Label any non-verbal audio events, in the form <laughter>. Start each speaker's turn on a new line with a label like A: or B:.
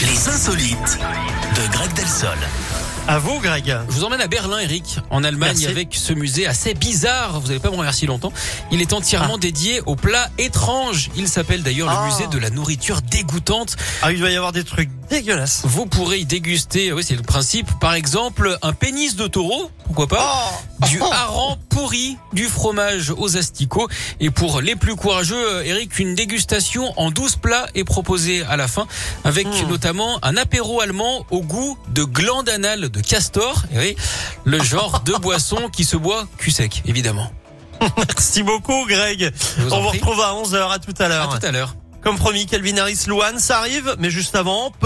A: Les insolites de Greg Delsol.
B: À vous, Greg.
C: Je vous emmène à Berlin, Eric, en Allemagne,
B: Merci.
C: avec ce musée assez bizarre. Vous n'allez pas me remercier longtemps. Il est entièrement dédié aux plats étranges. Il s'appelle d'ailleurs
B: Ah.
C: le musée de la nourriture dégoûtante.
B: Ah, il doit y avoir des trucs dégueulasses.
C: Vous pourrez y déguster, oui, c'est le principe, par exemple, un pénis de taureau, pourquoi pas, <laughs> du hareng pourri, du fromage aux asticots. Et pour les plus courageux, euh, Eric, une dégustation en 12 plats est proposée à la fin, avec
B: Hmm.
C: notamment un apéro allemand au goût de glande anale de castor. Et oui, le genre de boisson qui se boit cul sec, évidemment.
B: Merci beaucoup, Greg.
C: Je vous
B: On
C: en
B: vous
C: prie.
B: retrouve à 11h. À tout à
C: À
B: l'heure.
C: tout à l'heure.
B: Comme promis, Calvin Harris, Louane, ça arrive. Mais juste avant,